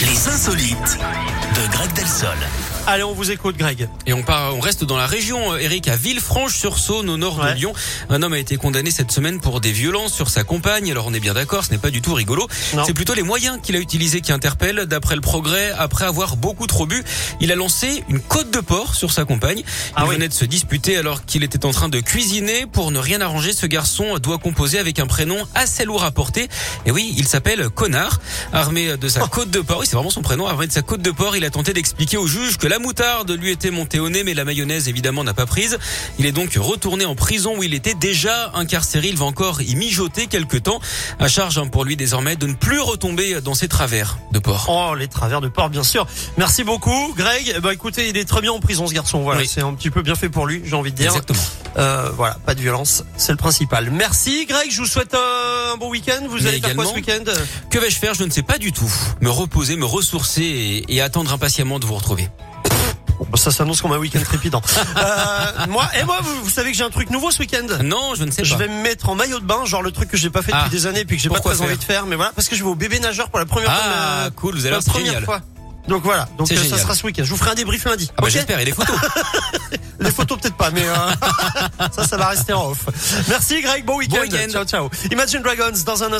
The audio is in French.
Les insolites de Greg Delsol. Allez, on vous écoute, Greg. Et on part, on reste dans la région, euh, Eric, à Villefranche-sur-Saône, au nord Ouais. de Lyon. Un homme a été condamné cette semaine pour des violences sur sa compagne. Alors on est bien d'accord, ce n'est pas du tout rigolo. Non. C'est plutôt les moyens qu'il a utilisés qui interpellent. D'après le progrès, après avoir beaucoup trop bu, il a lancé une côte de porc sur sa compagne. Il Ah oui. venait de se disputer alors qu'il était en train de cuisiner. Pour ne rien arranger, ce garçon doit composer avec un prénom assez lourd à porter. Et oui, il s'appelle Connard. Armé de sa côte de porc, oui, c'est vraiment son prénom, armé de sa côte de porc, il a tenté d'expliquer au juge que la moutarde lui était montée au nez, mais la mayonnaise évidemment n'a pas prise. Il est donc retourné en prison où il était déjà incarcéré. Il va encore y mijoter quelques temps. À charge hein, pour lui désormais de ne plus retomber dans ses travers de porc. Oh, les travers de port, bien sûr. Merci beaucoup, Greg. Eh ben, écoutez, il est très bien en prison, ce garçon. Voilà, Oui. c'est un petit peu bien fait pour lui, j'ai envie de dire. Exactement. Euh, voilà, pas de violence, c'est le principal. Merci, Greg. Je vous souhaite euh, un bon week-end. Vous Mais allez faire quoi ce week-end Euh, Que vais-je faire Je ne sais pas du tout. Me reposer, me ressourcer et, et attendre impatiemment de vous retrouver. Bon, bah, Ça s'annonce comme un week-end trépidant. Euh, moi, et moi, vous, vous savez que j'ai un truc nouveau ce week-end. Non, Ah, je ne sais pas. Je vais me mettre en maillot de bain, genre le truc que j'ai pas fait depuis Ah. des années, puis que j'ai pas Pourquoi très envie faire de faire. Mais voilà, parce que je vais au bébé nageur pour la première fois. de ma- Ah, cool, vous allez la voir, c'est première génial. fois. Donc voilà, donc C'est euh, ça génial. sera ce week-end. Je vous ferai un débrief lundi. Ah bah Ok j'espère, et les photos. Les photos peut-être pas, mais euh, ça, ça va rester en off. Merci Greg, bon week-end. Bon week-end. ciao, ciao. Imagine Dragons dans un